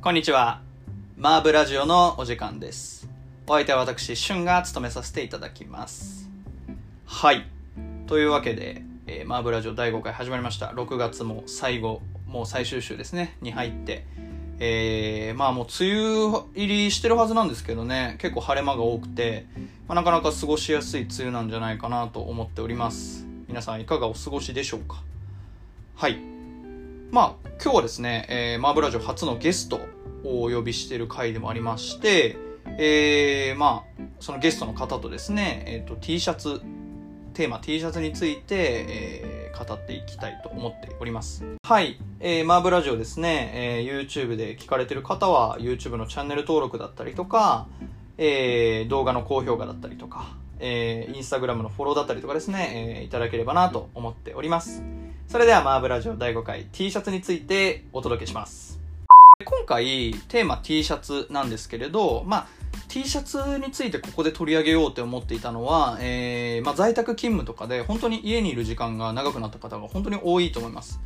こんにちは。マーブラジオのお時間です。お相手は私、シュンが務めさせていただきます。はい。というわけで、えーマーブラジオ第5回始まりました。6月も最後、もう最終週ですね、に入って。えーまあもう梅雨入りしてるはずなんですけどね、結構晴れ間が多くて、まあ、なかなか過ごしやすい梅雨なんじゃないかなと思っております。皆さんいかがお過ごしでしょうかはい。まあ、今日はですね、えーマーブラジオ初のゲストをお呼びしている回でもありまして、えーまあ、そのゲストの方とですね、えーと T シャツ、テーマ T シャツについて、えー語っていきたいと思っております。はい。えーマーブラジオですね、えー YouTube で聞かれてる方は、YouTube のチャンネル登録だったりとか、えー動画の高評価だったりとか、えー、インスタグラムのフォローだったりとかですね、えーいただければなと思っております。それではマーブラジオ第5回 T シャツについてお届けします今回テーマ T シャツなんですけれど、まあ、T シャツについてここで取り上げようって思っていたのは、えーまあ、在宅勤務とかで本当に家にいる時間が長くなった方が本当に多いと思います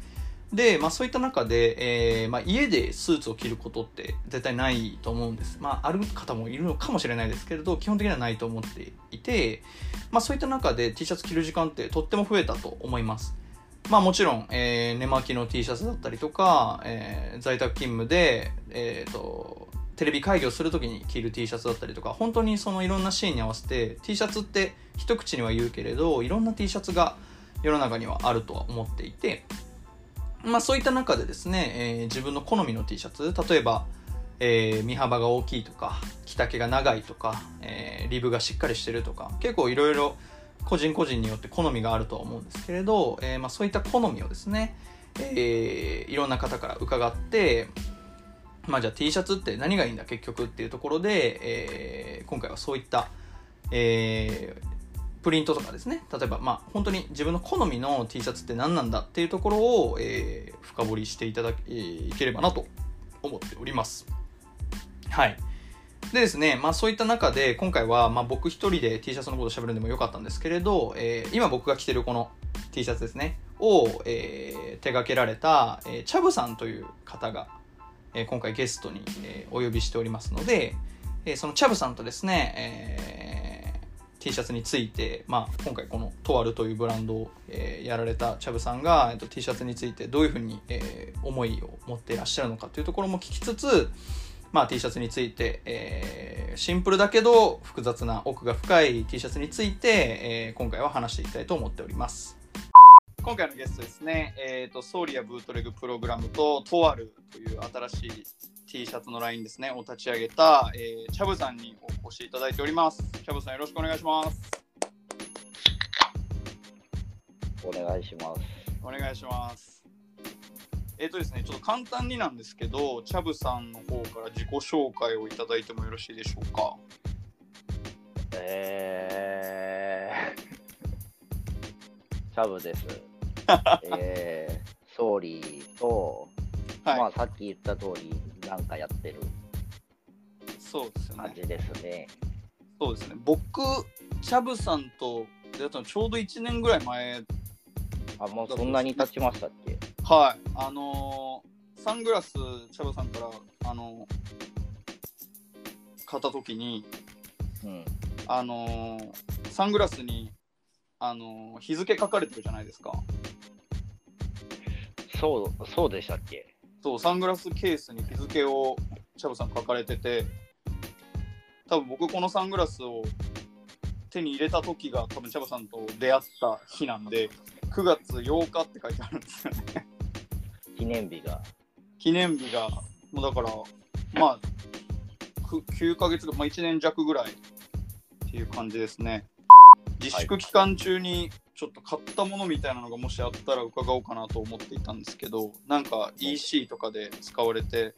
で、まあ、そういった中で、えーまあ、家でスーツを着ることって絶対ないと思うんです、まあ、ある方もいるのかもしれないですけれど基本的にはないと思っていて、まあ、そういった中で T シャツ着る時間ってとっても増えたと思いますまあもちろん、えー寝巻きの T シャツだったりとか、えー在宅勤務で、えーと、テレビ会議をするときに着る T シャツだったりとか、本当にそのいろんなシーンに合わせて、T シャツって一口には言うけれど、いろんな T シャツが世の中にはあるとは思っていて、まあそういった中でですね、えー自分の好みの T シャツ、例えば、えー身幅が大きいとか、着丈が長いとか、えーリブがしっかりしてるとか、結構いろいろ個人個人によって好みがあるとは思うんですけれど、えーまあ、そういった好みをですね、えーいろんな方から伺って、まあ、じゃあ T シャツって何がいいんだ結局っていうところで、えー今回はそういった、えープリントとかですね例えばまあ本当に自分の好みの T シャツって何なんだっていうところを、えー深掘りしていただけ,、いければなと思っております。はいでですね、まあそういった中で、今回は、まあ僕一人で T シャツのこと喋るんでもよかったんですけれど、えー今僕が着てるこの T シャツですね、を、えー手掛けられた、えーチャブさんという方が、えー今回ゲストに、えーお呼びしておりますので、えーそのチャブさんとですね、えー T シャツについて、まあ今回このとあるというブランドを、えーやられたチャブさんが、えっと T シャツについてどういうふうに、えー思いを持っていらっしゃるのかというところも聞きつつ、まあ、T シャツについて、えーシンプルだけど複雑な奥が深い T シャツについて、えー今回は話していきたいと思っております今回のゲストですね、えー、とソーリアブートレグプログラムとトアルという新しい T シャツのラインですねを立ち上げた、えーチャブさんにお越しいただいておりますチャブさんよろしくお願いしますお願いします。お願いしますえっ、とですねちょっと簡単になんですけどチャブさんの方から自己紹介をいただいてもよろしいでしょうかえー、チャブ です。えー、ソーリーと、はい、まあさっき言った通り、なんかやってるそうですよね感じですね。そうですね僕チャブさんと出会ったのちょうど1年ぐらい前あ、もうそんなに経ちましたっけはいあのーサングラスチャブさんからあのー買った時にうん。あのーサングラスにあのー日付書かれてるじゃないですかそう、そうでしたっけそうサングラスケースに日付をチャブさん書かれてて多分僕このサングラスを手に入れた時が多分チャブさんと出会った日なんで9月8日って書いてあるんですよね記念日が。記念日がもうだからまあく9ヶ月ぐまあ、1年弱ぐらいっていう感じですね自粛期間中にちょっと買ったものみたいなのがもしあったら伺おうかなと思っていたんですけどなんか EC とかで使われて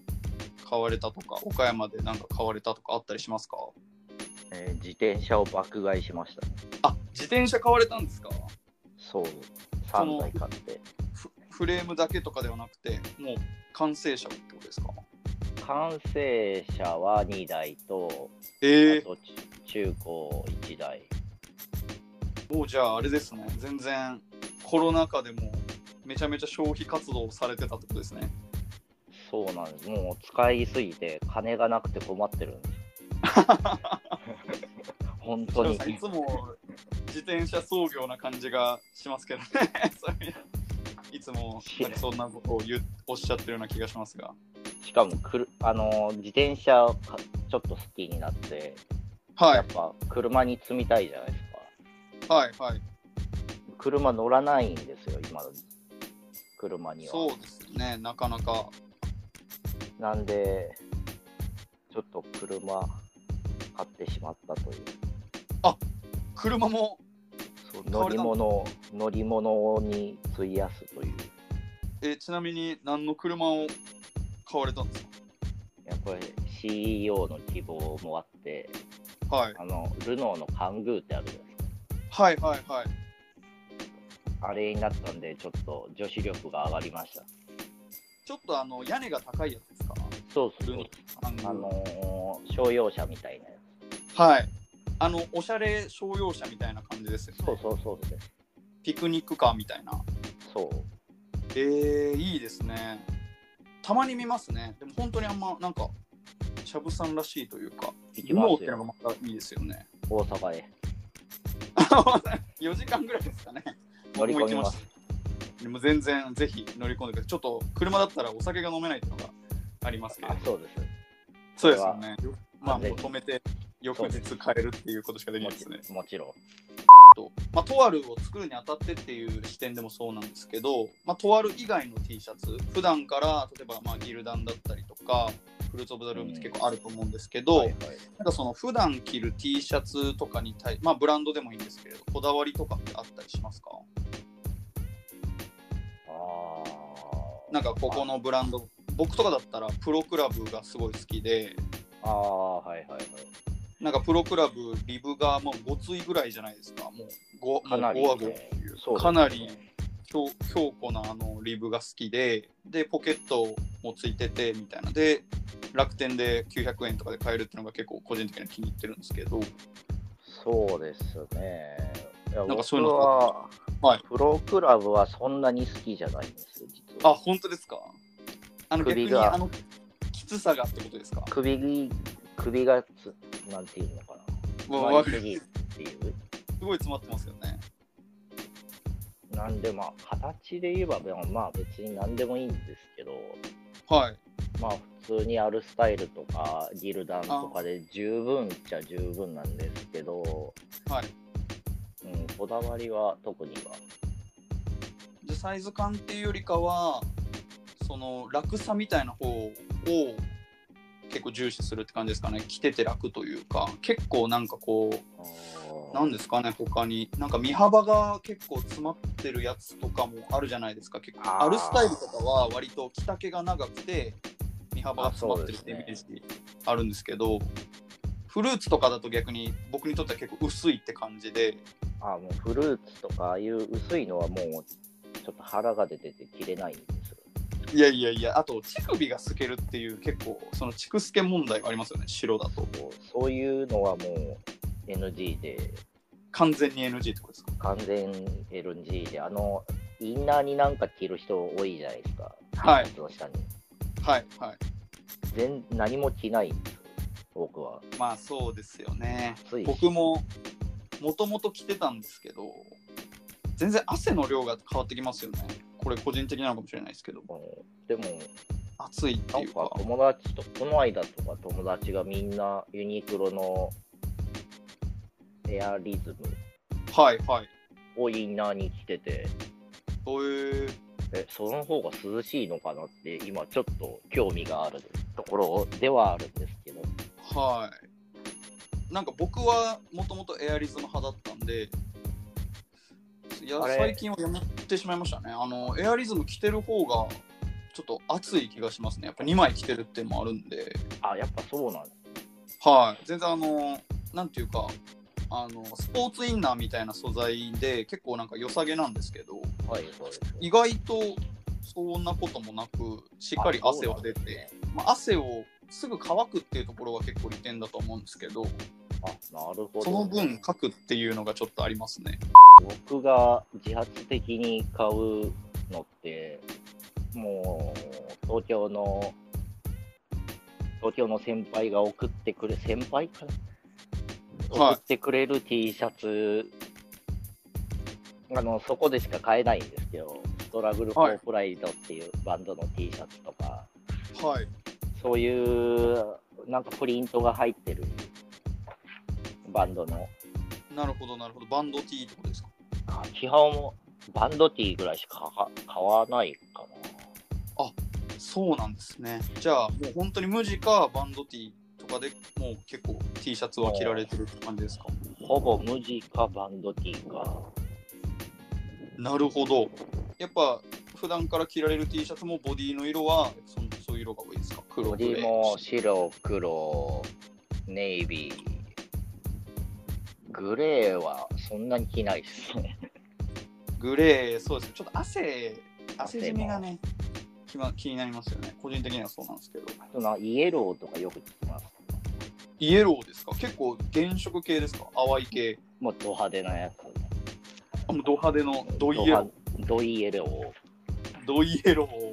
買われたとか岡山でなんか買われたとかあったりしますかえー自転車を爆買いしましたね。あ自転車買われたんですかそう。その3台買って。フフレームだけとかではなくてもう完成車ってことですか完成車は2台と、えあとち中古1台。もうじゃああれですね、全然コロナ禍でもめちゃめちゃ消費活動をされてたってことですね。そうなんです。もう使いすぎて、金がなくて困って るんです。本当に翔。さんいつも自転車操業な感じがしますけどね そういういつもなんかそんなことを言うおっしゃってるような気がしますがしかもくる、あのー自転車をかちょっと好きになって、はやっぱ車に積みたいじゃないですか。はいはい車乗らないんですよ、今の車には。そうですねなかなかなんで、ちょっと車買ってしまったという。車もそう買わ乗れりたの物、乗り物に費やすという。いえちなみに何の車を買われたんですや、これ CEO の希望もあって、か、はい、あの、ルノーのカングーってあるじゃないですはいはいはいか。あれになったんで、ちょっと女子力が上がりました。ちょっとあの屋根が高いやつですかそうそルうノーあのあのー商用車みたいなやはいあのおしゃれ商用車みたいな感じですよつ。ねそうそうそうです。ピクニックカーみたいなそう。えー、いいですね。たまに見ますね。でも本当にあんま、なんか、しゃぶさんらしいというか、行きルまノーっすてのがよ。またいいですよね。 大阪へ。 4時間ぐらいですかね。乗り込みます僕も行きした。でも全然、ぜひ乗り込んでください。ちょっと、車だったらお酒が飲めないっていうのがありますけどあ、、そうです。そうですよね。まあ、もうぜひ止めて、翌日帰るっていうことしかできないもですね。ちもちろん。と、まあ、トワルを作るにあたってっていう視点でもそうなんですけど、まあ、トワル以外の T シャツ普段から例えばまあギルダンだったりとかフルーツ・オブ・ザ・ルームって結構あると思うんですけど、はいはいなんかその普段着る T シャツとかに対、まあ、ブランドでもいいんですけれどこだわりとかってあったりしますかあーなんかここのブランド僕とかだったらプロクラブがすごい好きであーはいはいはいなんかプロクラブリブがもうごついぐらいじゃないですかもうごかなりもうごわごねわっていうそうですねかなり強強固なあのリブが好きででポケットもついててみたいなで楽天で900円とかで買えるっていうのが結構個人的には気に入ってるんですけどそうですねいやなんか僕そういうのははいプロクラブはそんなに好きじゃないんですよ実あは本当ですかあの逆首にがあのきつさがってことですか首に首がつなんていうのかなわわ回かりするぎっていすうごい詰まってますよねなんでまあ形で言えばでもまあ別に何でもいいんですけどはいまあ普通にアルスタイルとかギルダンとかで十分っちゃ十分なんですけど、はいうん、こだわりは特にはじゃあサイズ感っていうよりかはその楽さみたいな方を結構重視するって感じですかね着てて楽というか結構なんかこうあーなんですかね他になんか身幅が結構詰まってるやつとかもあるじゃないですか結構あーあるスタイルとかは割と着丈が長くて身幅が詰まってるってイメージあるんですけどフルーツとかだと逆に僕にとっては結構薄いって感じであもうフルーツとかああいう薄いのはもうちょっと腹が出てて切れないんですよいやいやいやあと乳首が透けるっていう結構その乳くすけ問題がありますよね白だとそうそういうのはもう NG で完全に NG ってことですか完全 LG であのインナーになんか着る人多いじゃないですかはいシャツの下にはいはい全何も着ないんですよ僕はまあそうですよね暑いし僕ももともと着てたんですけど全然汗の量が変わってきますよねこれ個人的なのかもしれないですけどうんでも暑いってないんうかか友達とこの間とか友達がみんなユニクロのエアリズムはいはいをインナーに着ててそういうえその方が涼しいのかなって今ちょっと興味があるところではあるんですけどはいなんか僕はもともとエアリズム派だったんでいやあれ最近はやめてしまいましたねあのエアリズム着てる方がちょっと暑い気がしますねやっぱ2枚着てるっていうのもあるんであやっぱそうなんはい、全然あのなんていうかあのスポーツインナーみたいな素材で結構なんか良さげなんですけどはいはい意外とそんなこともなくしっかり汗は出て、まあ、汗をすぐ乾くっていうところは結構利点だと思うんですけどあなるほどその分かくっていうのがちょっとありますね僕が自発的に買うのってもう東京の、東京の先輩が送ってくれ、先輩かな、はい送ってくれる T シャツ、あの、そこでしか買えないんですけど、ストラグル・フはォいー・プライドっていうバンドの T シャツとか、はいそういう、なんかプリントが入ってるバンドの、なるほどなるほどバンド T ってことですかあ基本もバンド T ぐらいしか買わ買わないかな。そうなんですねじゃあもう本当に無地かバンド T とかでもう結構 T シャツは着られてるって感じですかほぼ無地かバンド T か。なるほどやっぱ普段から着られる T シャツもボディの色はそのそういう色が多いですか黒ボデグレィーも白、黒、ネイビー。グレーはそんなに着ないですね。 グレーそうですねちょっと汗汗染みがね気,、ま、気になりますよね個人的にはそうなんですけどあとなイエローとかよく着ます。イエローですか結構原色系ですか淡い系もうド派手なやつ。あもうド派手のドイエロー派ドイエロドイエロー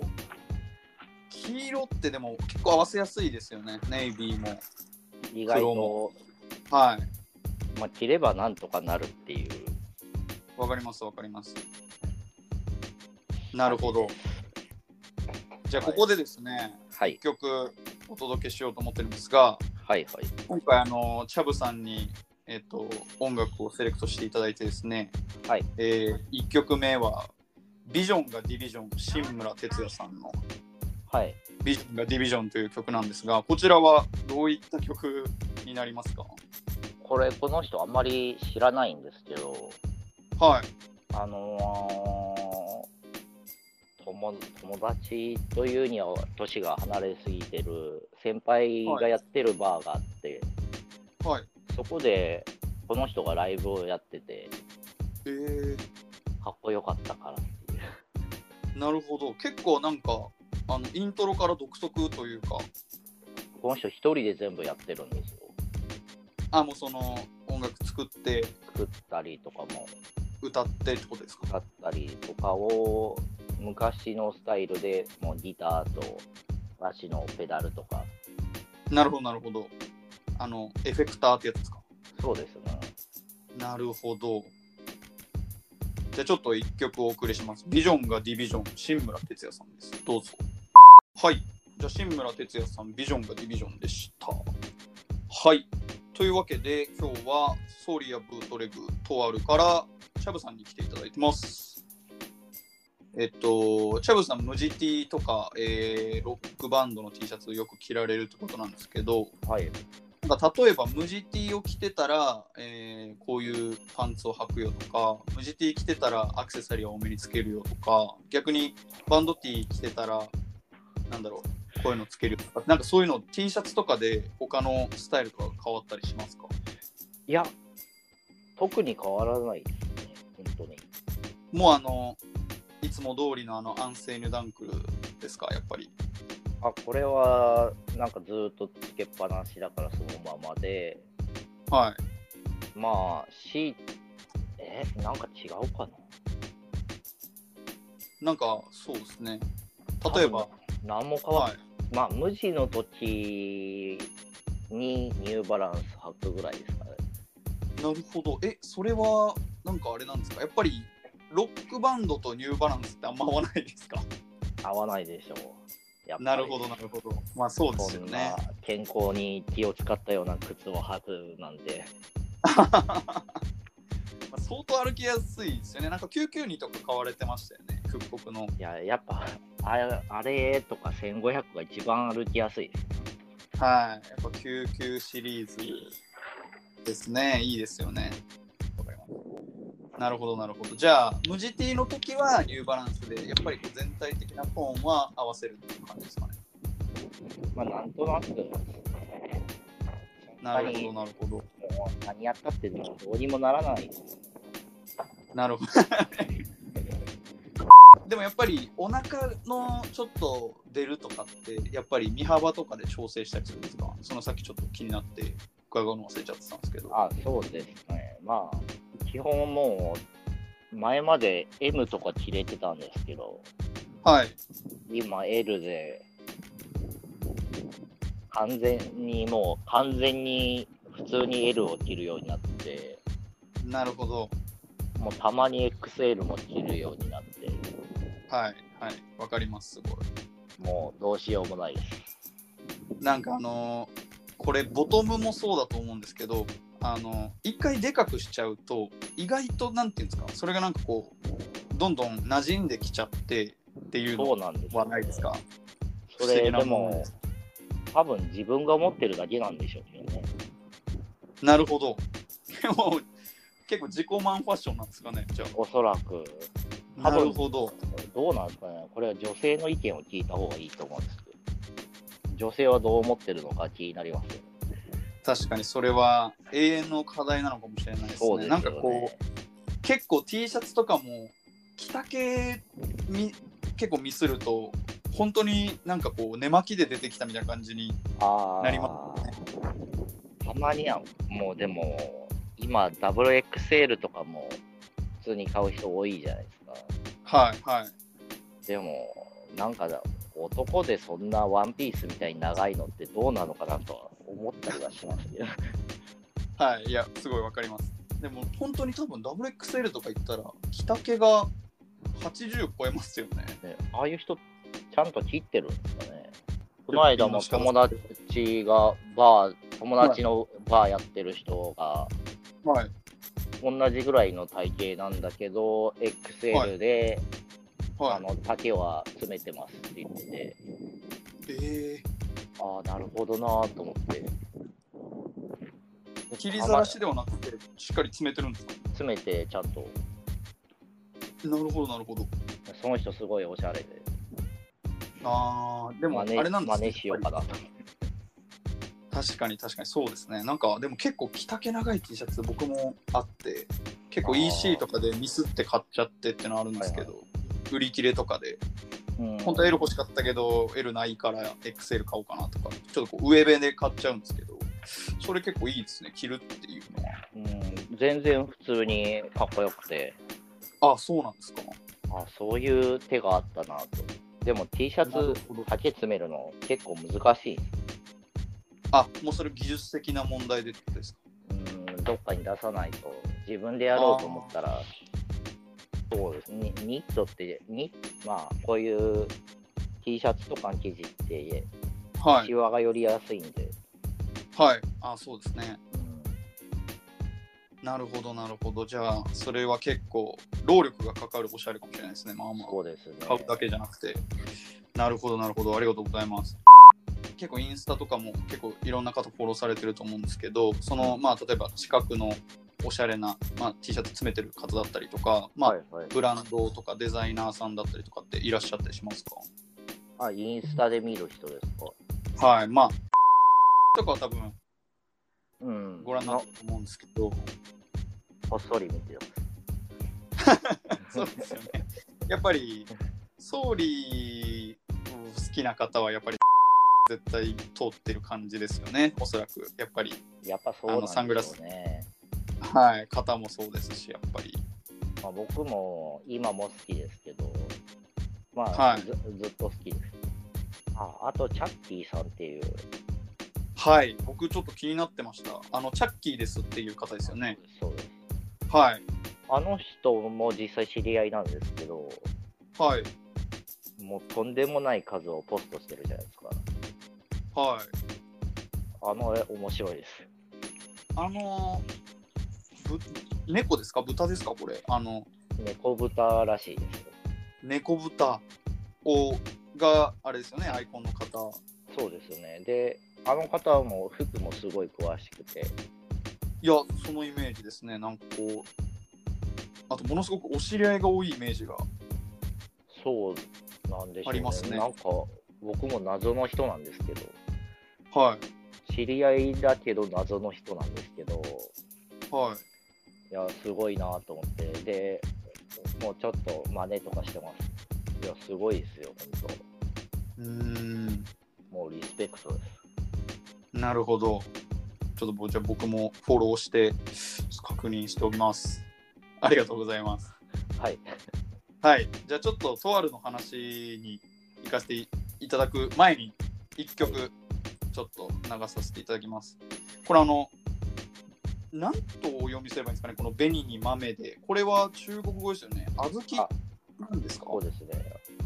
黄色ってでも結構合わせやすいですよねネイビーもー。意外黒とも、はいまあ、着ればなんとかなるっていう。わかりますわかります。なるほど。じゃあはこいこでですね、はい一、曲お届けしようと思ってるんですが、はい、はい。今回あのチャブさんにえっと音楽をセレクトしていただいてですね、はい。えー、一曲目はビジョンがディビジョン新村哲也さんのはい。ビジョンがディビジョンという曲なんですが、こちらはどういった曲になりますか。これ、この人あんまり知らないんですけど、はいあのー友友達というには年が離れすぎてる先輩がやってるバーがあって、はい。そこでこの人がライブをやっててえー、かっこよかったからっていうなるほど。結構なんかあのイントロから独特というか。この人一人で全部やってるんですよあもうその音楽作って作ったりとかも歌ってってことですかだったりとかを昔のスタイルでもうギターと和紙のペダルとかなるほどなるほどあのエフェクターってやつですかそうですねなるほどじゃあちょっと1曲お送りしますビジョンがディビジョン新村哲也さんですどうぞはいじゃあ新村哲也さんビジョンがディビジョンでしたはいというわけで今日はソーリアブートレグとあるからチャブさんに来ていただいてますえっと、チャブさん、無地 T とか、えーロックバンドの T シャツよく着られるってことなんですけど、はいなんか例えば無地 T を着てたら、えーこういうパンツを履くよとか無地 T 着てたらアクセサリーを多めにつけるよとか逆にバンド T 着てたらなんだろうこういうのつけるよとかなんかそういうの T シャツとかで他のスタイルとかが変わったりしますかいや、特に変わらないですね、本当に。もうあのいつも通りのあのアンセイヌ・ダンクルですかやっぱりあ、これは、なんかずーっとつけっぱなしだからそのままで、はまあ、し、え、なんか違うかいなんかそうですねな例えば、何も変わらはない。まあ、無地の時にニューバランス履くぐらいですかね。いなるほどえそれはなんかあれなんですかやっぱりロックバンドとニューバランスってあんま合わないですか合わないでしょう。やっぱりなるほど、なるほど。まあそうですそよんねな。健康に気を使ったような靴を履くなんて。 まあ相当歩きやすいですよね。なんか992とか買われてましたよね、復刻の。いや、やっぱ、あれあれとか1500が一番歩きやすいですね。はい。やっぱ99シリーズですね。いいですよね。わかります。なるほど、なるほど。じゃあ、無地 T の時はニューバランスで、やっぱりこう全体的なトーンは合わせるっていう感じですかね。まあ、なんとなく、なるほど、なるほど。もう何やったってどうにもならないですなるほ ど。でもやっぱりお腹のちょっと出るとかってやっぱり身幅とかで調整したりするんですかそのさっきちょっと気になって伺うの忘れちゃってたんですけど。あ、そうですね。まあ、基本もう、前まで M とか切れてたんですけど、はい。今 L で、完全にもう完全に普通に L を着るようになってなるほど。もうたまに XL も着るようになってはい。はい。わかります。すごい。もうどうしようもないですなんかあのーこれ、ボトムもそうだと思うんですけど、あのー一回でかくしちゃうと、意外と、なんていうんですか、それがなんかこう、どんどん馴染んできちゃってっていうそのうなんですよはないですか不そ思れ議なでもんもです多分自分が思ってるだけなんでしょうけどねなるほど。でも、結構自己満ファッションなんですかね、じゃおそらくあ。多な分るほど。どうなんですかねこれは女性の意見を聞いた方がいいと思うんですけど女性はどう思ってるのか気になりますよ確かにそれは永遠の課題なのかもしれないですね。そうですよねなんかこう、結構 T シャツとかも、着丈み結構ミスると、本当になんかこう、寝巻きで出てきたみたいな感じにあーなりまたまにはもうでも今 WXL とかも普通に買う人多いじゃないですかはいはい。でもなんかだ男でそんなワンピースみたいに長いのってどうなのかなとは思ったりはしますけどはい、いや、すごいわかります。でも、本当に多分 WXL とか言ったら、着丈が80超えますよね。ね ああいう人ちゃんと切ってるんですかねこの間も友達がバー友達のバーやってる人がはい。同じぐらいの体型なんだけど XL で、あはい。の丈は詰めてますって言っててえああなるほどなーと思ってー、切りざらしではなくて、しっかり詰めてるんですか詰めてちゃんとなるほど、なるほど。その人すごいおしゃれであー、でも、あ真似れなんです真似しようかなと確かに確かにそうですね。なんか、でも結構着丈長い T シャツ僕もあって、結構あー EC とかでミスって買っちゃってってのあるんですけど、売り切れとかで、うん本当は L 欲しかったけど、L ないから XL 買おうかなとか、ちょっとこう上辺で買っちゃうんですけど、それ結構いいですね、着るっていうのうん全然普通にかっこよくては。あ、そうなんですか。あそういう手があったなとでも T シャなるツほど丈詰めるの結構難しい、あ、もうそれ技術的な問題でってことですか。うん、どっかに出さないと自分でやろうと思ったらそうですねニニットってニまあこういう T シャツとかの生地ってはいシ。ワが寄りやすいんで、はい。あ、そうですね。うんなるほど、なるほど。じゃあ、それは結構、労力がかかるおしゃれかもしれないですね。まあまあ。そうですね買うだけじゃなくて。なるほど、なるほど。ありがとうございます。結構インスタとかも結構いろんな方フォローされてると思うんですけど、その、まあ、例えば近くのおしゃれな、まあ、T シャツ詰めてる方だったりとか、まあ、はいはい、ブランドとかデザイナーさんだったりとかっていらっしゃったりしますかあインスタで見る人ですかはい、まあ、とかは多分うんご覧になってると思うんですけど、こっそり見てま すそうですよね。 やっぱり、総理を好きな方はやっぱり、絶対通ってる感じですよね、おそらく。やっぱり、やっぱそうなんですあのサングラスよね、はい、方もそうですし、やっぱり。まあ、僕も今も好きですけどまあ、はいずずっと好きですああとチャッキーさんっていうはい、僕ちょっと気になってました。あの、チャッキーですっていう方ですよね。そうですはい、あの人も実際知り合いなんですけどはい、もうとんでもない数をポストしてるじゃないですかはい。あの絵面白いですあのーぶ猫ですか豚ですかこれ。あの、猫豚らしいです猫豚をがあれですよねアイコンの方そうですよねであの方も服もすごい詳しくていやそのイメージですねなんかこうあとものすごくお知り合いが多いイメージがそうなんでしょあうりねますねなんか僕も謎の人なんですけどはい知り合いだけど謎の人なんですけどはいやすごいなと思ってでもうちょっと真似とかしてますいやすごいですよ本いうーん当もうリスペクトですなるほどちょっとぼじゃあ僕もフォローして確認しておきますありがとうございますはいはいじゃあちょっととあるの話に行かせていただく前に一曲ちょっと流させていただきます。これあの、なんとお読みすればいいんですかね、この紅に豆で。これは中国語ですよね。小豆あなんですかそうですね。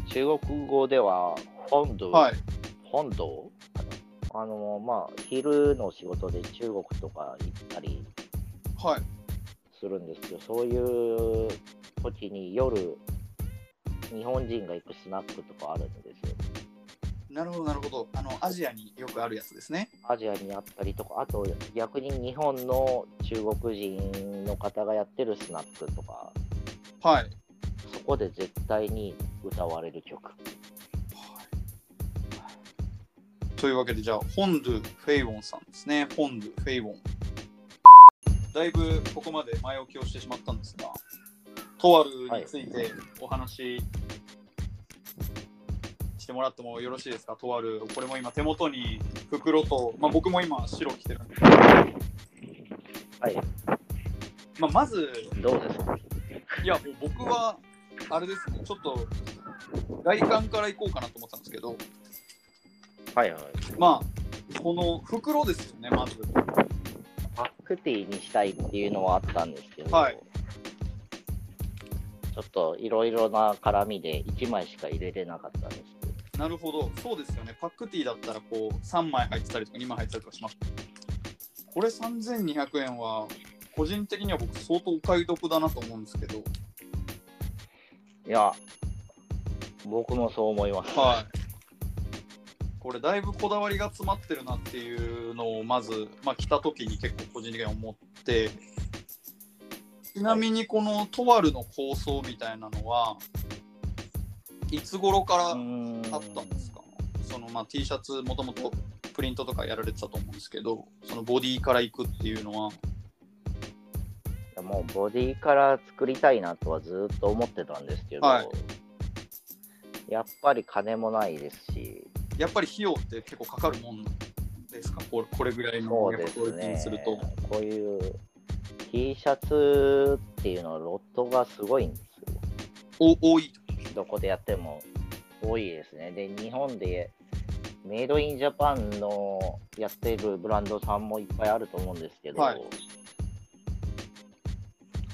中国語では本土、はい。本土あのまあ昼の仕事で中国とか行ったりはい。するんですけど、そういう時に夜日本人が行くスナックとかあるんですよ。なるほど、なるほど。あの、アジアによくあるやつですね。アジアにあったりとか、あと逆に日本の中国人の方がやってるスナックとか、はい。そこで絶対に歌われる曲。というわけで、じゃあ、ホンドゥ・フェイウォンさんですね。ホンドゥ・フェイウォン。だいぶここまで前置きをしてしまったんですが、とあるについてお話ししてもらってもよろしいですか、とある。これも今、手元に袋と、まあ、僕も今、白着てるんですけはい、ど、まあ、まず、どうですかいや、もう僕は、あれですね、ちょっと外観からいこうかなと思ったんですけど、はいはい。まあ、この袋ですよね、まず。パックティーにしたいっていうのはあったんですけど、はいちょっといろいろな絡みで1枚しか入れれなかったんですけど、なるほど、そうですよね。パックティーだったらこう3枚入ってたりとか2枚入ってたりとかします。これ3200円は個人的には僕相当お買い得だなと思うんですけど、いや、僕もそう思います。はい。これだいぶこだわりが詰まってるなっていうのをまず、まあ、来た時に結構個人的には思って、ちなみにこのトワルの構想みたいなのはいつ頃からうーんあったんですかそのまあ T シャツもともとプリントとかやられてたと思うんですけどそのボディからいくっていうのはもうボディから作りたいなとはずっと思ってたんですけど、はいやっぱり金もないですし、やっぱり費用って結構かかるもんですかこれこれぐらいそのうやっでぱクオすリティねにすると、こういう T シャツっていうのはロットがすごいんですよ。お多いどこでやっても多いですね。で、日本でメイドインジャパンのやってるブランドさんもいっぱいあると思うんですけど、はい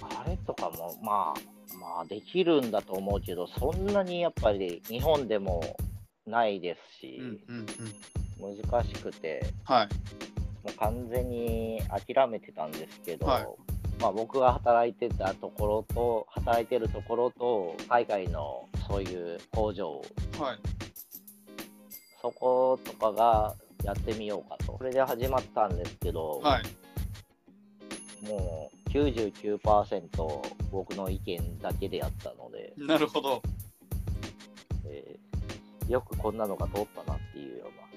あれとかも、まあ、まあ、できるんだと思うけど、そんなにやっぱり日本でもないですしうん、うんうん難しくて、はいもう完全に諦めてたんですけど、はいまあ、僕が働いてたところと働いてるところと海外のそういう工場はいそことかがやってみようかとそれで始まったんですけど、はいもう99%僕の意見だけでやったので、なるほどえーよくこんなのが通ったなっていうような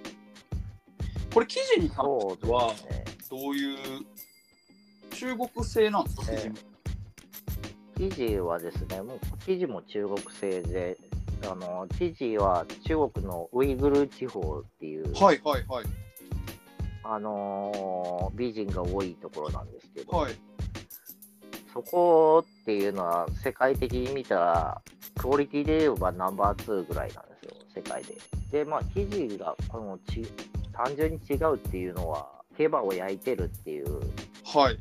これ生地に関そしてはうですねどういう中国製なんですか生地も、生地はですね、もう生地も中国製で、あの生地は中国のウイグル地方っていう、はいはいはいあのー美人が多いところなんですけど、はいそこっていうのは世界的に見たら、クオリティで言えばナンバー2ぐらいなんですよ、世界で。で、まあ、生地がこのち単純に違うっていうのは、手羽を焼いてるっていう、はい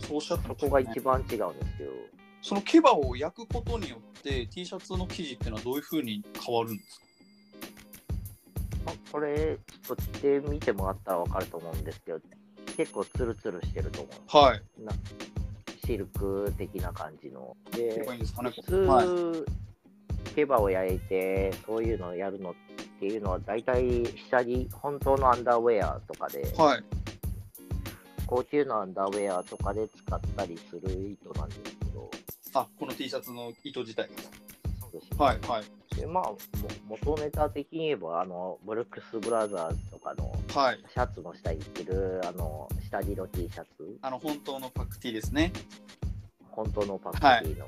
そうおっしゃってそましたこねが一番違うんですけど。その毛羽を焼くことによって T シャツの生地っていうのはどういうふうに変わるんですかまこれ、ちょっと着てみてもらったら分かると思うんですけど、結構ツルツルしてると思う。はい。なシルク的な感じの。結で構い、いんですかね。普はい。通、毛羽を焼いて、そういうのをやるのっていうのは、大体下着、本当のアンダーウェアとかで、はい。高級なアンダーウェアとかで使ったりする糸なんですけど、あ、この T シャツの糸自体が。そうですねはい。はい。でまあ、も元ネタ的に言えば、あの、ブルックス・ブラザーズとかの、はい。シャツの下に着る、あの、下着の T シャツ、あの、本当のパック T ですね。本当のパッケージの、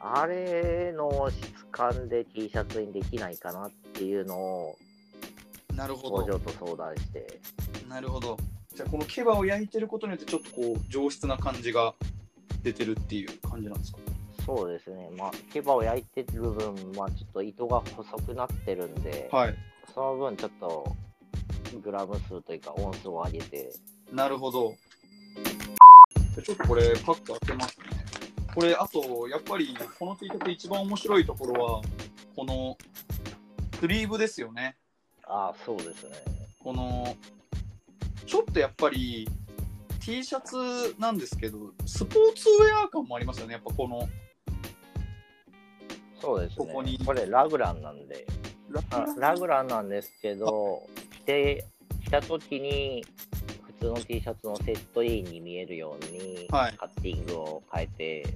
あれの質感で T シャツにできないかなっていうのをなるほ工場ど。と相談して、なるほど。じゃあ、この毛羽を焼いてることによって、ちょっとこう、上質な感じが出てるっていう感じなんですか。そうですね、まあ、毛羽を焼いてる部分、まあ、ちょっと糸が細くなってるんで、はい。その分ちょっとグラム数というか音数を上げて、なるほど。ちょっとこれ、パック開けますね。これ、あと、やっぱり、この T シャツ一番面白いところは、この、スリーブですよね。ああ、そうですね。この、ちょっとやっぱり、T シャツなんですけど、スポーツウェア感もありますよね。やっぱこの、そうですね。ここにこれラグランなんで、あラグランなんですけど、着て、着た時に、普通の T シャツのセットインに見えるように、はいカッティングを変えて、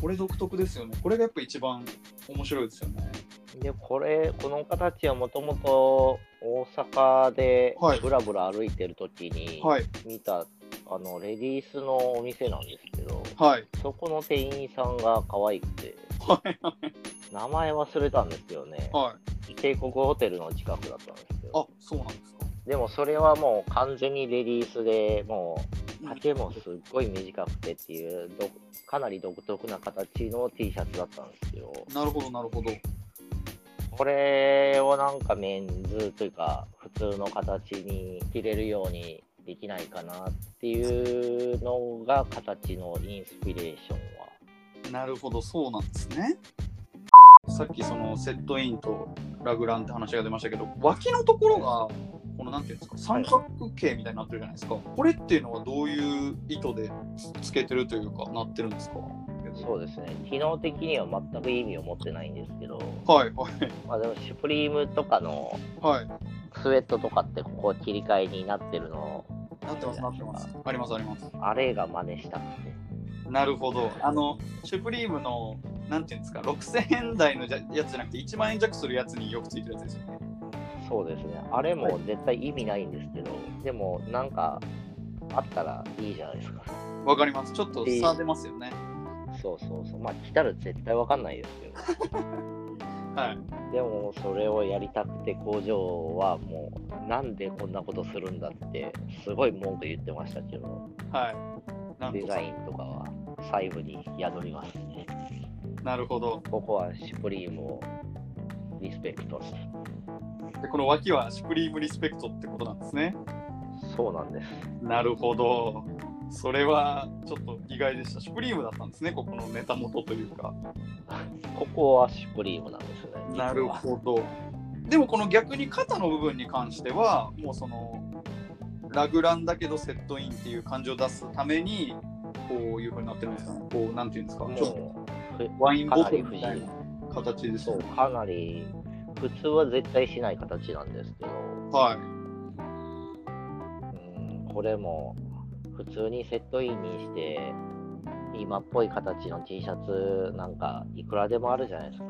これ独特ですよね。これがやっぱ一番面白いですよね。で、これ、この形はもともと大阪ではいぶらぶら歩いてる時にはい、見た、あのレディースのお店なんですけど、はい、そこの店員さんが可愛くて、はい、名前忘れたんですよね。はい。帝国ホテルの近くだったんですけど、あ、そうなんですか。でもそれはもう完全にレディースでもう、うん丈もすっごい短くてっていう、どかなり独特な形の T シャツだったんですけど、なるほど、なるほど。これをなんかメンズというか、普通の形に着れるようにできないかなっていうのが形のインスピレーションは。なるほど、そうなんですね。さっきそのセットインとラグランって話が出ましたけど、脇のところが、このなんていうんですか、三角形みたいになってるじゃないですか。これっていうのはどういう意図でつけてるというか、なってるんですかそうですね。機能的には全く意味を持ってないんですけど、はい、はい、まあでも、シュプリームとかのはい。スウェットとかってここ切り替えになってるのを、なってます、なってます。あります、あります。あれが真似したくて。なるほど。あの、シュプリームの、なんていうんですか、6000円台のじゃやつじゃなくて、1万円弱するやつによくついてるやつですよね。そうですね。あれも絶対意味ないんですけど、でもなんかあったらいいじゃないですか。わかります。ちょっと差出ますよね。そうそうそう。まあ来たら絶対わかんないですけど。はい。でもそれをやりたくて工場はもうなんでこんなことするんだってすごい文句言ってましたけどはい。なんデとザかインとかは細部に宿りますねなるほど。ここはシュプリームをリスペクトしてでこの脇はシュプリームリスペクトってことなんですねそうなんですなるほどそれはちょっと意外でしたシュプリームだったんですねここのネタ元というかここはシュプリームなんですねどでもこの逆に肩の部分に関してはもうそのラグランだけどセットインっていう感じを出すためにこういうふうになってるんですかねこうなんていうんですかもちょっとうワインボトルみたいな形ですそうかなり普通は絶対しない形なんですけどはいうんこれも普通にセットインにして今っぽい形の T シャツなんかいくらでもあるじゃないです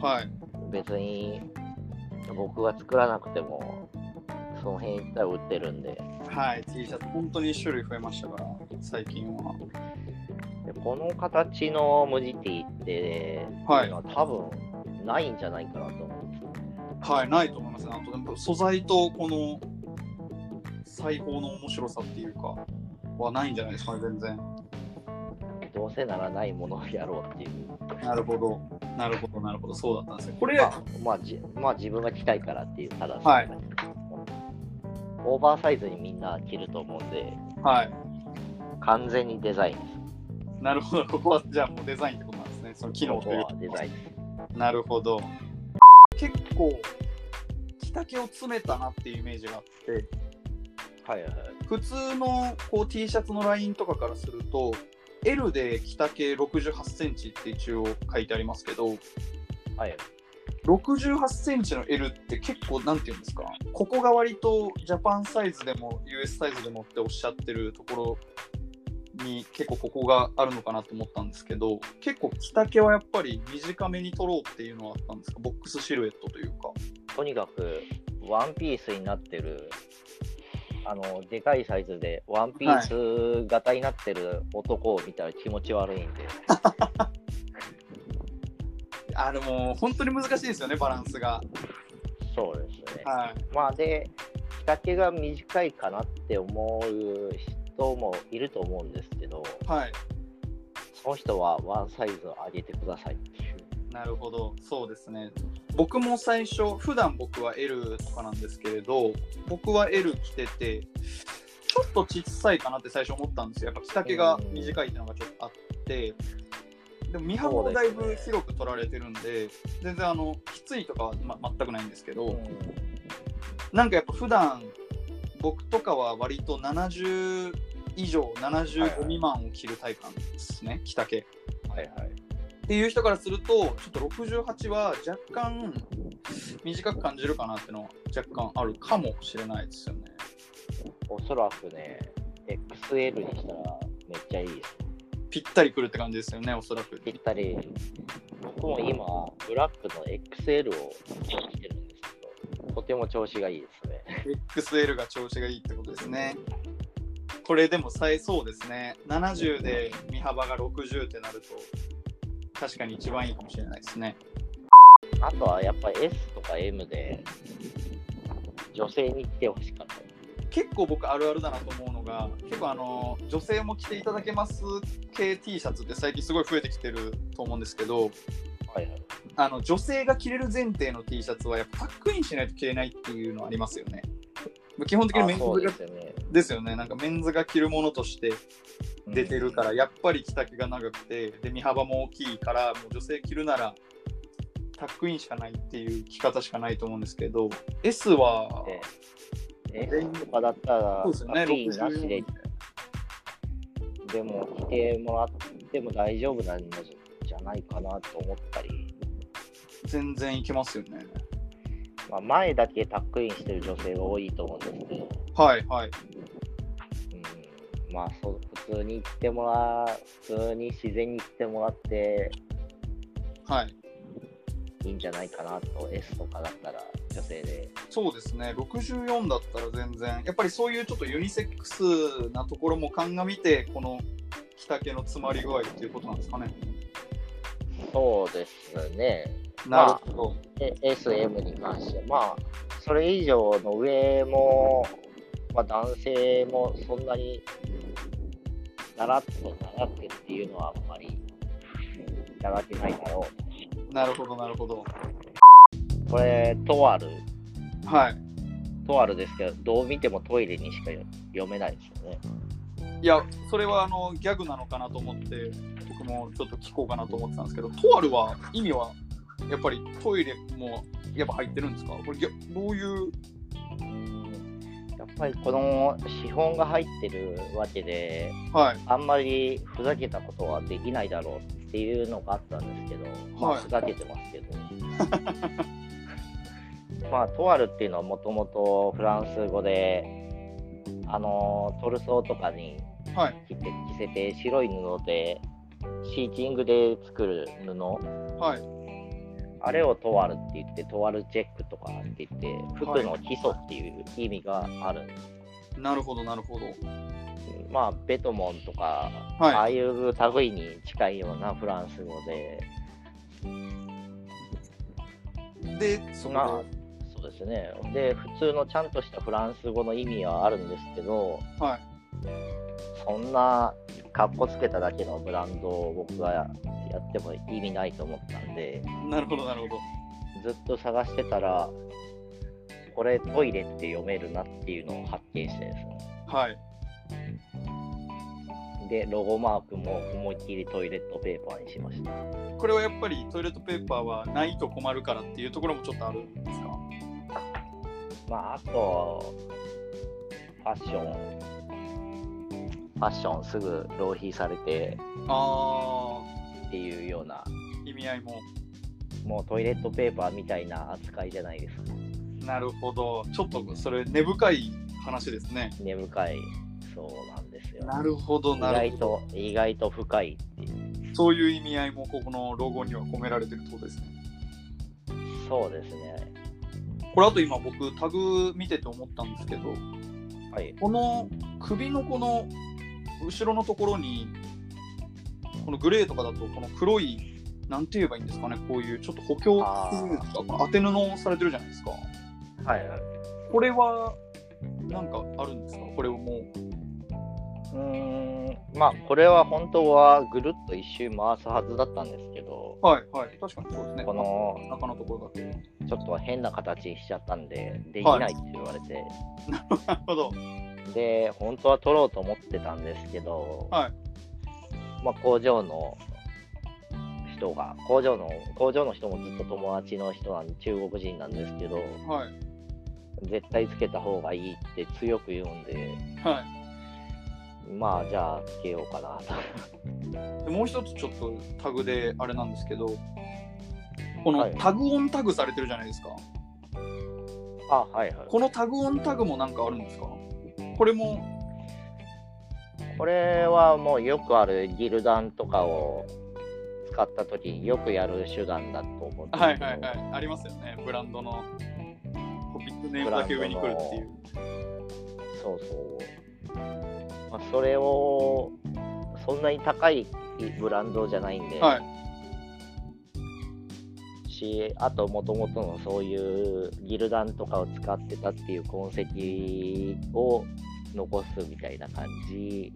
かはい別に僕が作らなくてもその辺行ったら売ってるんではい T シャツ本当に種類増えましたから最近はでこの形の無地 T って、はいいうのは多分ないんじゃないかなと思うんですよはい、ないと思いますね。あと、やっぱ素材とこの裁縫の面白さっていうか、はないんじゃないですかね、全然。どうせならないものをやろうっていうなるほど、なるほど、なるほど、そうだったんですね。これ、まあ、まあじまあ自分が着たいからっていうただそれはいだけオーバーサイズにみんな着ると思うんではい、完全にデザインですなるほど、ここはじゃあもうデザインってことなんですね、その機能こというはデザインですなるほど。結構、着丈を詰めたなっていうイメージがあって、はいはい普通のこう T シャツのラインとかからすると、L で着丈68センチって一応書いてありますけど、はい68センチの L って結構なんていうんですかここが割とジャパンサイズでも US サイズでもっておっしゃってるところに結構ここがあるのかなと思ったんですけど結構着丈はやっぱり短めに取ろうっていうのはあったんですかボックスシルエットというかとにかくワンピースになってるあのでかいサイズでワンピース型になってる男を見たら気持ち悪いんで、あでも本当に難しいですよねバランスがそうですねはいまあで着丈が短いかなって思う人もいると思うんですけどはいその人はワンサイズ上げてくださいっていう。なるほど、そうですね。僕も最初、普段僕は L とかなんですけれど、僕は L 着てて、ちょっと小さいかなって最初思ったんですよ。やっぱ着丈が短いっていうのがちょっとあって、でも身幅もだいぶ広く取られてるんで、全然あのきついとかは、ま、全くないんですけど、なんかやっぱ普段僕とかは割と70以上はいはい75未満を着るタイプなんですね、着丈。はいはい。っていう人からすると、ちょっと68は若干短く感じるかなってのは若干あるかもしれないですよね。おそらくね、XL にしたらめっちゃいいです。ぴったりくるって感じですよね、おそらく。ぴったり。僕も今、ブラックの XL を着てるんですけど、とても調子がいいですね。 XL が調子がいいってことですね。これでも最そうですね。70で身幅が60ってなると、確かに一番いいかもしれないですね。あとはやっぱ S とか M で、女性に来てほしかった。結構僕あるあるだなと思うのが結構あの女性も着ていただけます系 T シャツって最近すごい増えてきてると思うんですけどはいはい。あの女性が着れる前提の T シャツはやっぱタックインしないと着れないっていうのありますよね基本的にメあンズそうでがすよね。ですよねなんかメンズが着るものとして出てるから、やっぱり着丈が長くてで身幅も大きいからもう女性着るならタックインしかないっていう着方しかないと思うんですけど S はで S とかだったら、そうですよねピンなしで64、でも来てもらっても大丈夫なんじゃないかなと思ったり、全然いけますよねまあ、前だけタックインしてる女性が多いと思うんですけど、はいはいうん、まあそう普通に行ってもら普通に自然に行ってもらってはいいいんじゃないかなと S とかだったら女性でそうですね64だったら全然やっぱりそういうちょっとユニセックスなところも鑑みてこの着丈の詰まり具合っていうことなんですかねそうですねなるほど、 SM に関してまあそれ以上の上も、まあ、男性もそんなに習って習ってっていうのはあんまりいただけないだろうなるほどなるほどこれとあるはいとあるですけどどう見てもトイレにしか読めないですよねいやそれはあのギャグなのかなと思って僕もちょっと聞こうかなと思ってたんですけどとあるは意味はやっぱりトイレもやっぱ入ってるんですかこれギャどういうやっぱりこの資本が入ってるわけで、はいあんまりふざけたことはできないだろうっていうのがあったんですけど、まあ、はいふざけてますけど。 まあ、トワルっていうのはもともとフランス語で、あのトルソーとかにはい着て着せて白い布でシーチングで作る布はいあれをトワルって言ってトワルチェックとかって言って服の基礎っていう意味があるんですなるほどなるほどまあ、ベトモンとか、はいああいう類いに近いようなフランス語で、でそこで、まあ、そうですね。で、普通のちゃんとしたフランス語の意味はあるんですけど、はいそんな、かっこつけただけのブランドを僕がやっても意味ないと思ったんで、なるほどなるほどずっと探してたら、これトイレって読めるなっていうのを発見してですね。はいで、ロゴマークも思いっきりトイレットペーパーにしました。これはやっぱりトイレットペーパーはないと困るからっていうところもちょっとあるんですかまあ、あと、ファッション、ファッションすぐ浪費されてあっていうような、ー意味合いももうトイレットペーパーみたいな扱いじゃないですか。なるほどちょっとそれ根深い話ですね根深い、そうなんですよ。なるほど意なる外ほどと、意外と深いっていう。そういう意味合いもここのロゴには込められてるってことですねそうですね。これあと今僕タグ見てて思ったんですけどはい。この首のこの後ろのところにこのグレーとかだとこの黒いなんて言えばいいんですかねこういうちょっと補強っていうんですかこの当て布をされてるじゃないですかはいはい。これはなんかあるんですかこれをもううーんまあこれは本当はぐるっと一周回すはずだったんですけどはいはい。確かにそうですね。この中のところが。ちょっと変な形にしちゃったんでできないって言われて、なるほど。で本当は取ろうと思ってたんですけど、はいまあ、工場の人が工場の工場の人もずっと友達の人なんで中国人なんですけどはい。絶対つけた方がいいって強く言うんではい。まあじゃあつけようかなとでもう一つちょっとタグであれなんですけどこはのいタグオンタグされてるじゃないですか、あはいはいこのタグオンタグもなんかあるんですかこれもこれはもうよくあるギルダンとかを使った時によくやる手段だと思ってはいはいはいありますよねブランドのトピックネームだけ上に来るっていうそうそう、まあ、それをそんなに高いブランドじゃないんで、はいしあともともとのそういうギルダンとかを使ってたっていう痕跡を残すみたいな感じ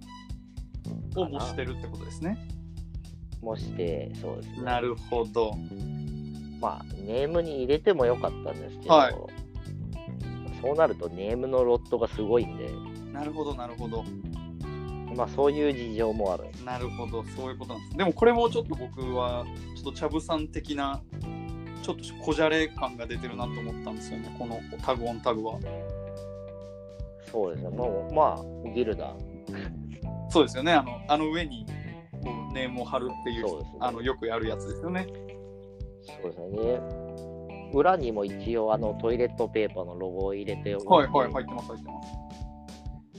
を模してるってことですねもしてそうですねなるほどまあネームに入れてもよかったんですけど、はいそうなるとネームのロットがすごいんで、なるほどなるほどまあ、そういう事情もあるなるほどそういうことなんですでもこれもちょっと僕はちょっとチャブさん的なちょっとこじゃれ感が出てるなと思ったんですよねこのタグオンタグはそうですねもうまあギルダそうですよね。あのあの上にこうネームを貼るっていうそうですねあのよくやるやつですよね。そうですね裏にも一応あのトイレットペーパーのロゴを入れておくはいはい入ってます入って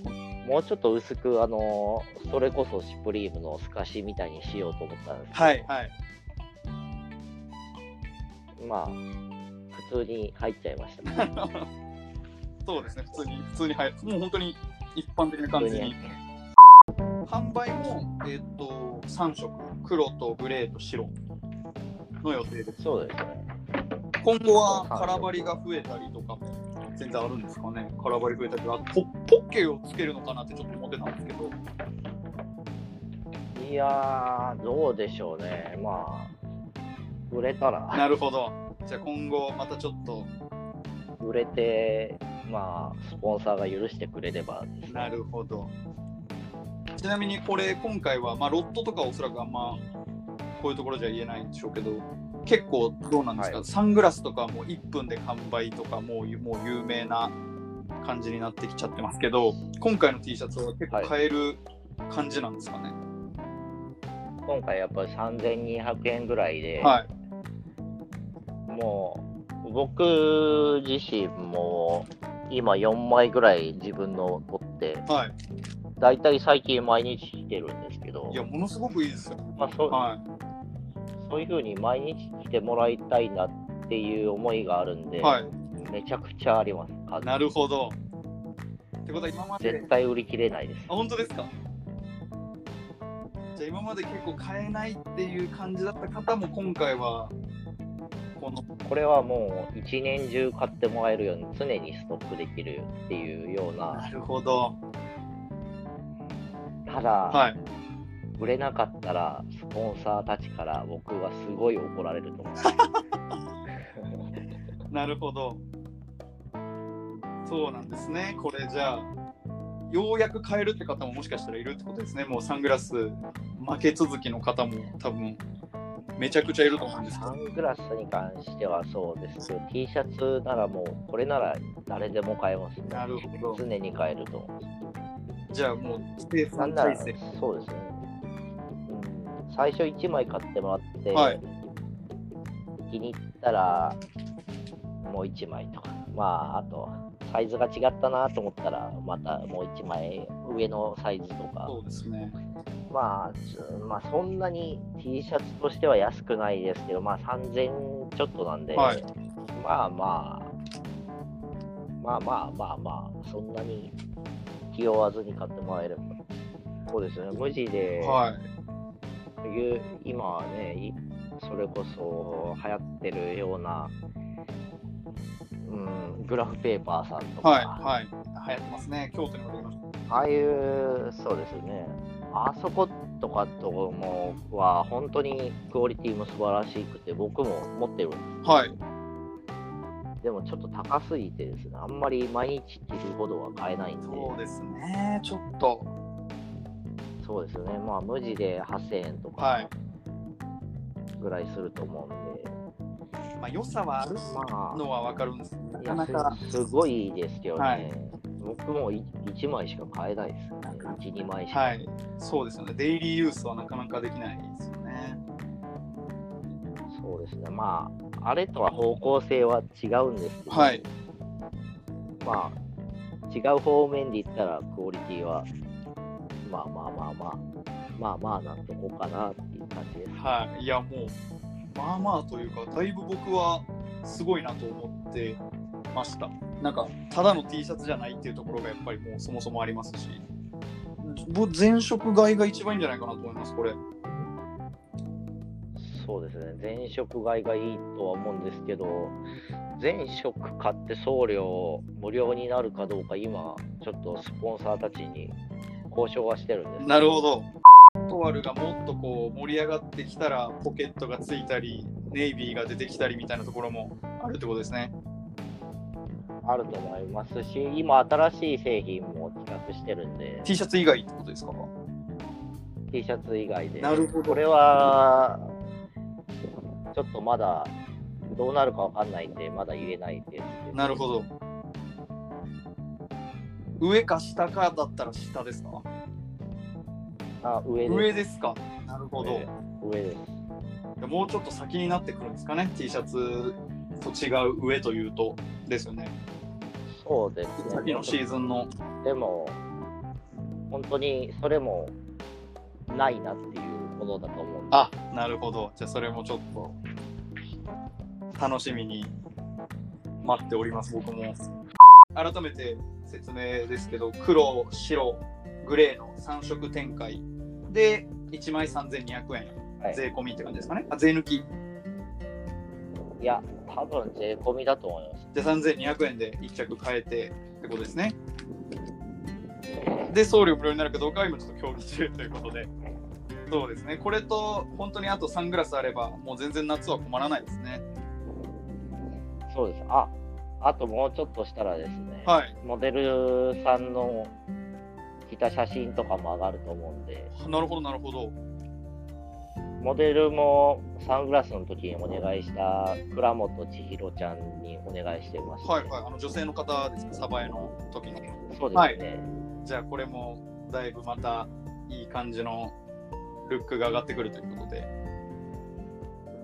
ます。もうちょっと薄くあのそれこそシュプリームの透かしみたいにしようと思ったんですけど、はいはい。まあ普通に入っちゃいましたねそうですね普通に普通に入る。もう本当に一般的な 感じ普通に。販売もえっ、と三色黒とグレーと白の予定です。そうですね今後はカラバリが増えたりとかも全然あるんですかね。カラバリ増えたりとかポポッケをつけるのかなってちょっと思ってたんですけど。いやー、どうでしょうね。まあ、売れたら、なるほど。じゃあ今後またちょっと売れて、まあ、スポンサーが許してくれればですなね。るほど。ちなみにこれ今回は、まあ、ロットとかおそらくあんまこういうところじゃ言えないんでしょうけど結構どうなんですか、はサングラスとかも1分で完売とかもうもう有名な感じになってきちゃってますけど今回の T シャツは結構買える感じなんですかね。今回やっぱり3200円ぐらいで、はい、もう、僕自身も、今4枚ぐらい自分の取って、はい、だいたい最近毎日着てるんですけどい、やものすごくいいですよ。まあそうはいそういう風に毎日着てもらいたいなっていう思いがあるんで、はい、めちゃくちゃあります。数なるほど。ってことは今まで絶対売り切れないです。あ本当ですかじゃあ今まで結構買えないっていう感じだった方も今回はこのこれはもう一年中買ってもらえるように常にストックできるっていうようなるほどただ、はい売れなかったらスポンサーたちから僕はすごい怒られると思うなるほどそうなんですねこれじゃあようやく買えるって方ももしかしたらいるってことですねもうサングラス負け続きの方も多分めちゃくちゃいると思うんですけサどングラスに関してはそうですけど T シャツならもうこれなら誰でも買えますねなるほど常に買えると思じゃあもうスペーうスなのんなら体そう制ですね、うん、最初1枚買ってもらって、はい気に入ったらもう1枚とかまああとサイズが違ったなと思ったらまたもう1枚上のサイズとかそうですねまあ、つまあそんなに T シャツとしては安くないですけどまあ3000ちょっとなんで、はいまあまあまあまあまあまあそんなに気負わずに買ってもらえればそうですね無地で、はいいう今はねいそれこそ流行ってるような、うん、グラフペーパーさんとか、はいはい流行ってますね京都にも出ましたああいう、そうですね、あそことかともは、本当にクオリティも素晴らしくて、僕も持ってるんですはい。でもちょっと高すぎてですね、あんまり毎日着るほどは買えないんで、そうですね。ちょっと。そうですよね、まあ無地で8000円とはかいぐらいすると思うんで、まあ、良さはあるまのはわかるんですけど、あ、なかなか。安いすごいいいですけどね、はい僕も1枚しか買えないですね、1、2枚しか。はい。そうですよね。デイリーユースはなかなかできないですよね。そうですね、まあ、あれとは方向性は違うんですけど、はい。まあ、違う方面で言ったら、クオリティは、まあまあまあまあ、まあまあなんとこかなっていう感じです。はい。いや、もう、まあまあというか、だいぶ僕はすごいなと思ってました。なんか、ただの T シャツじゃないっていうところがやっぱりもうそもそもありますし、ぼ全色買いが一番いいんじゃないかなと思います、これ。そうですね、全色買いがいいとは思うんですけど、全色買って送料無料になるかどうか、今、ちょっとスポンサーたちに交渉はしてるんですけなるほど。トワルがもっとこう盛り上がってきたらポケットがついたりネイビーが出てきたりみたいなところもあるってことですね。あると思いますし、今、新しい製品も企画してるんで、 T シャツ以外ってことですか T シャツ以外で。なるほどこれは、ちょっとまだ、どうなるかわかんないんで、まだ言えないですけど。なるほど。上か下かだったら下ですかあ、上です。上ですかなるほど。上上です。でもうちょっと先になってくるんですかね T シャツと違う上というとですよね。そうです先ねの。シーズンの。でも、本当にそれもないなっていうものだと思うんで、あなるほど。じゃあそれもちょっと楽しみに待っております、僕も。改めて説明ですけど、黒、白、グレーの3色展開で1枚3200円、はい、税込みって感じですかね。あ税抜き。いや、多分税込みだと思います。で3200円で1着買えてってことですね。で、送料無料になるかどうかは今ちょっと協議中ということで。そうですね。これと本当にあとサングラスあればもう全然夏は困らないですね。そうです。あ、あともうちょっとしたらですね、はい。モデルさんの着た写真とかも上がると思うんで、なるほどなるほどモデルもサングラスの時にお願いした倉本千尋ちゃんにお願いしてまして、はいはいあの女性の方ですかサバエの時にそうですね。じゃあこれもだいぶまたいい感じのルックが上がってくるということで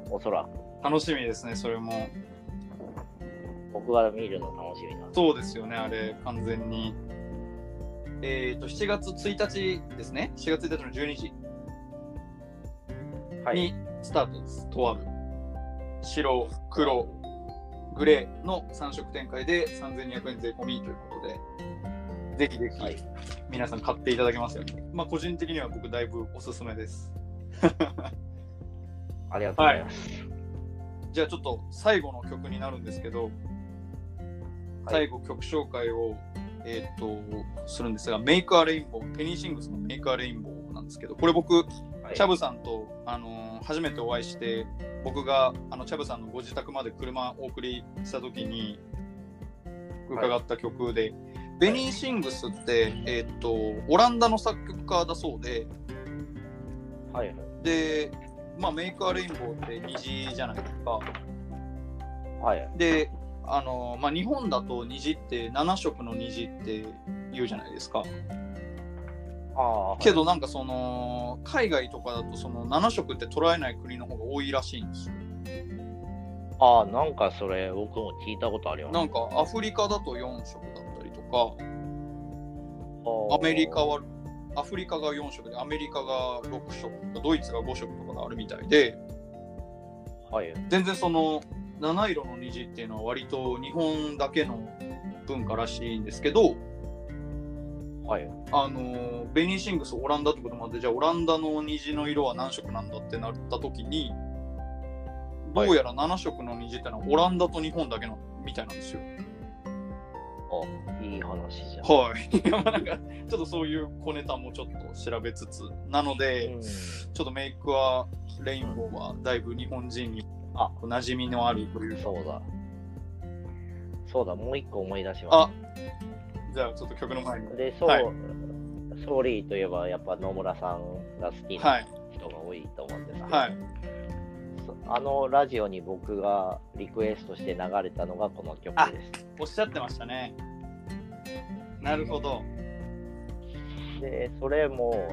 おそらく楽しみですねそれも僕が見るの楽しみなんでそうですよねあれ完全にえっ、と7月1日ですね7月1日の12時す。にスタートです、とある白黒グレーの3色展開で3200円税込みということでぜひぜひ、はい皆さん買っていただけますよねまあ個人的には僕だいぶおすすめですありがとうございます。じゃあちょっと最後の曲になるんですけど、最後曲紹介を、えー、とするんですが「メイクアレインボー」ペニーシングスの「メイクアレインボー」なんですけどこれ僕、はいチャブさんと、あのー初めてお会いして僕があのチャブさんのご自宅まで車お送りした時に伺った曲で、ベニー・シングスって、えー、とオランダの作曲家だそうではいはいで、まあ、メイクアレインボーって虹じゃないですか。はいであの、まあ、日本だと虹って7色の虹って言うじゃないですかああはいけどなんかその海外とかだとその7色って捉えない国の方が多いらしいんですよああなんかそれ僕も聞いたことありますなんかアフリカだと4色だったりとかアメリカははアフリカが4色でアメリカが6色とかドイツが5色とかがあるみたいではい全然その七色の虹っていうのは割と日本だけの文化らしいんですけど、はいあのベニーシングスオランダってこともあってじゃあオランダの虹の色は何色なんだってなった時にどうやら7色の虹ってのはオランダと日本だけのみたいなんですよ。おいい話じ ゃん。はい。いやまあなんか、ちょっとそういう小ネタもちょっと調べつつ、なので、うんちょっとメイクは、レインボーは、だいぶ日本人にあ馴染みのあるという。そうだ。そうだ、もう一個思い出しまあしじゃあちょっと曲の前にた。。で、そう、はいソーリーといえば、やっぱ野村さんが好きは。ない人が多いと思うんですけど、はい。そあのラジオに僕がリクエストして流れたのがこの曲です。おっしゃってましたね。なるほど。で、それも、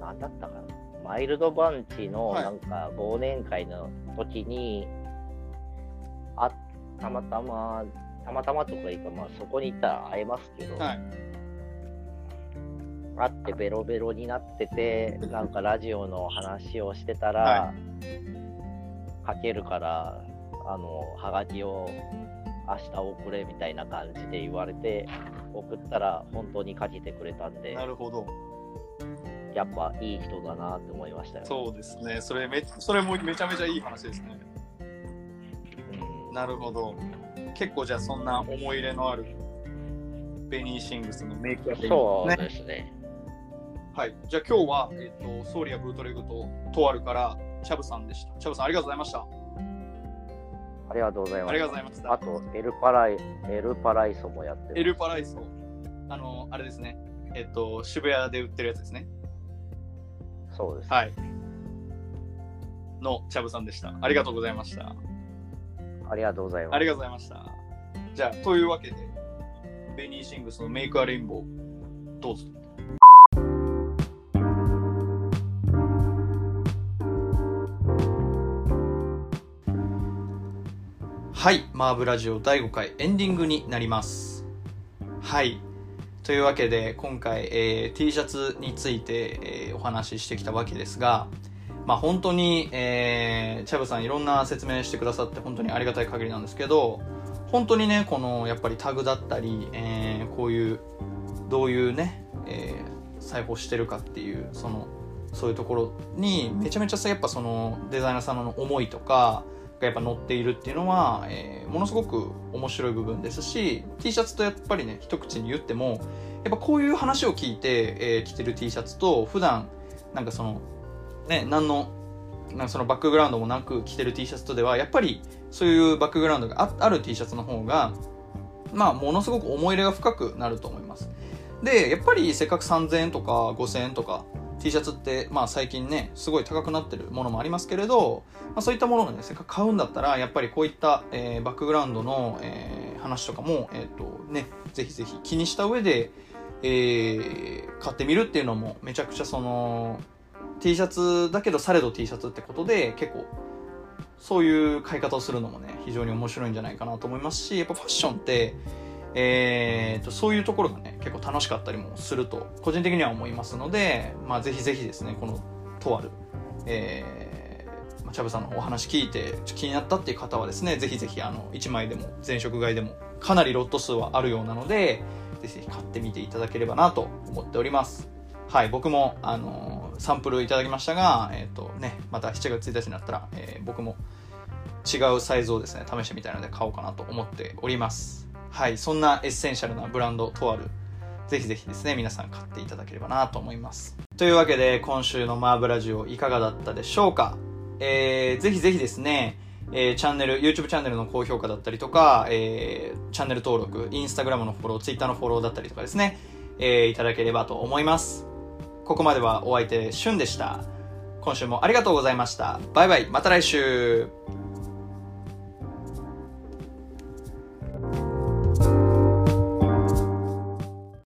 なんだったかな、マイルドバンチのはいなんか忘年会の時に、あたまたま、たまたまとかいうか、まあ、そこに行ったら会えますけど、はい会ってベロベロになってて、なんかラジオの話をしてたはら、かけるから、あの、はがきを明日送れみたいな感じで言われて、送ったら本当にかけてくれたんでな、るほど。やっぱいい人だなって思いましたよ。そうですね。それめ、それもめちゃめちゃいい話ですね。うんなるほど。結構じゃあそんな思い入れのあるベニーシングスのメイクアップそうね。ですね。はい。じゃあ今日は、えっ、と、ソーリアブートレグととあるから、チャブさんでした。チャブさんありがとうございました。ありがとうございます。ありがとうございました。あと、エルパライ、エルパライソもやってる。エルパライソ。あの、あれですね。えっ、と、渋谷で売ってるやつですね。そうです。はい。のチャブさんでした。ありがとうございました。ありがとうございます。ありがとうございました。じゃあ、というわけで、ベニーシングスのメイクアレインボー、どうぞ。はい、マーブラジオ第5回エンディングになります。はい。というわけで、今回、えー T シャツについて、えーお話ししてきたわけですが、まあ、本当に、えーチャブさんいろんな説明してくださって本当にありがたい限りなんですけど本当にねこのやっぱりタグだったり、えーこういうどういうね、えー裁縫してるかっていうそのそういうところにめちゃめちゃさやっぱそのデザイナーさんの思いとかがやっぱ乗っているっていうのは、えーものすごく面白い部分ですし T シャツとやっぱりね一口に言ってもやっぱこういう話を聞いて、えー着てる T シャツと普段なんかそのね、何のなんかそのバックグラウンドもなく着てる T シャツとではやっぱりそういうバックグラウンドがあある T シャツの方が、まあ、ものすごく思い入れが深くなると思いますでやっぱりせっかく3000円とか5000円とか T シャツって、まあ、最近ねすごい高くなってるものもありますけれど、まあ、そういったものをねせっかく買うんだったらやっぱりこういった、えーバックグラウンドの、えー話とかも、えっとね、ぜひぜひ気にした上で、えー買ってみるっていうのもめちゃくちゃその T シャツだけどされど T シャツってことで結構そういう買い方をするのもね非常に面白いんじゃないかなと思いますしやっぱファッションって、えー、とそういうところがね結構楽しかったりもすると個人的には思いますので、まあ、ぜひぜひですねこのとある、えーまあチャブさんのお話聞いてちょ気になったっていう方はですねぜひぜひあの1枚でも全色買いでもかなりロット数はあるようなのでぜひぜひ買ってみていただければなと思っております。はい、僕も、あのーサンプルいただきましたが、えっ、とね、また7月1日になったら、えー僕も違うサイズをですね、試してみたいので買おうかなと思っております。はい、そんなエッセンシャルなブランドとある、ぜひぜひですね、皆さん買っていただければなと思います。というわけで、今週のマーブラジオいかがだったでしょうかえー、ぜひぜひですね、えーチャンネル、YouTube チャンネルの高評価だったりとか、えーチャンネル登録、Instagram のフォロー、Twitter のフォローだったりとかですね、えーいただければと思います。ここまではお相手、しゅんでした。今週もありがとうございました。バイバイ、また来週。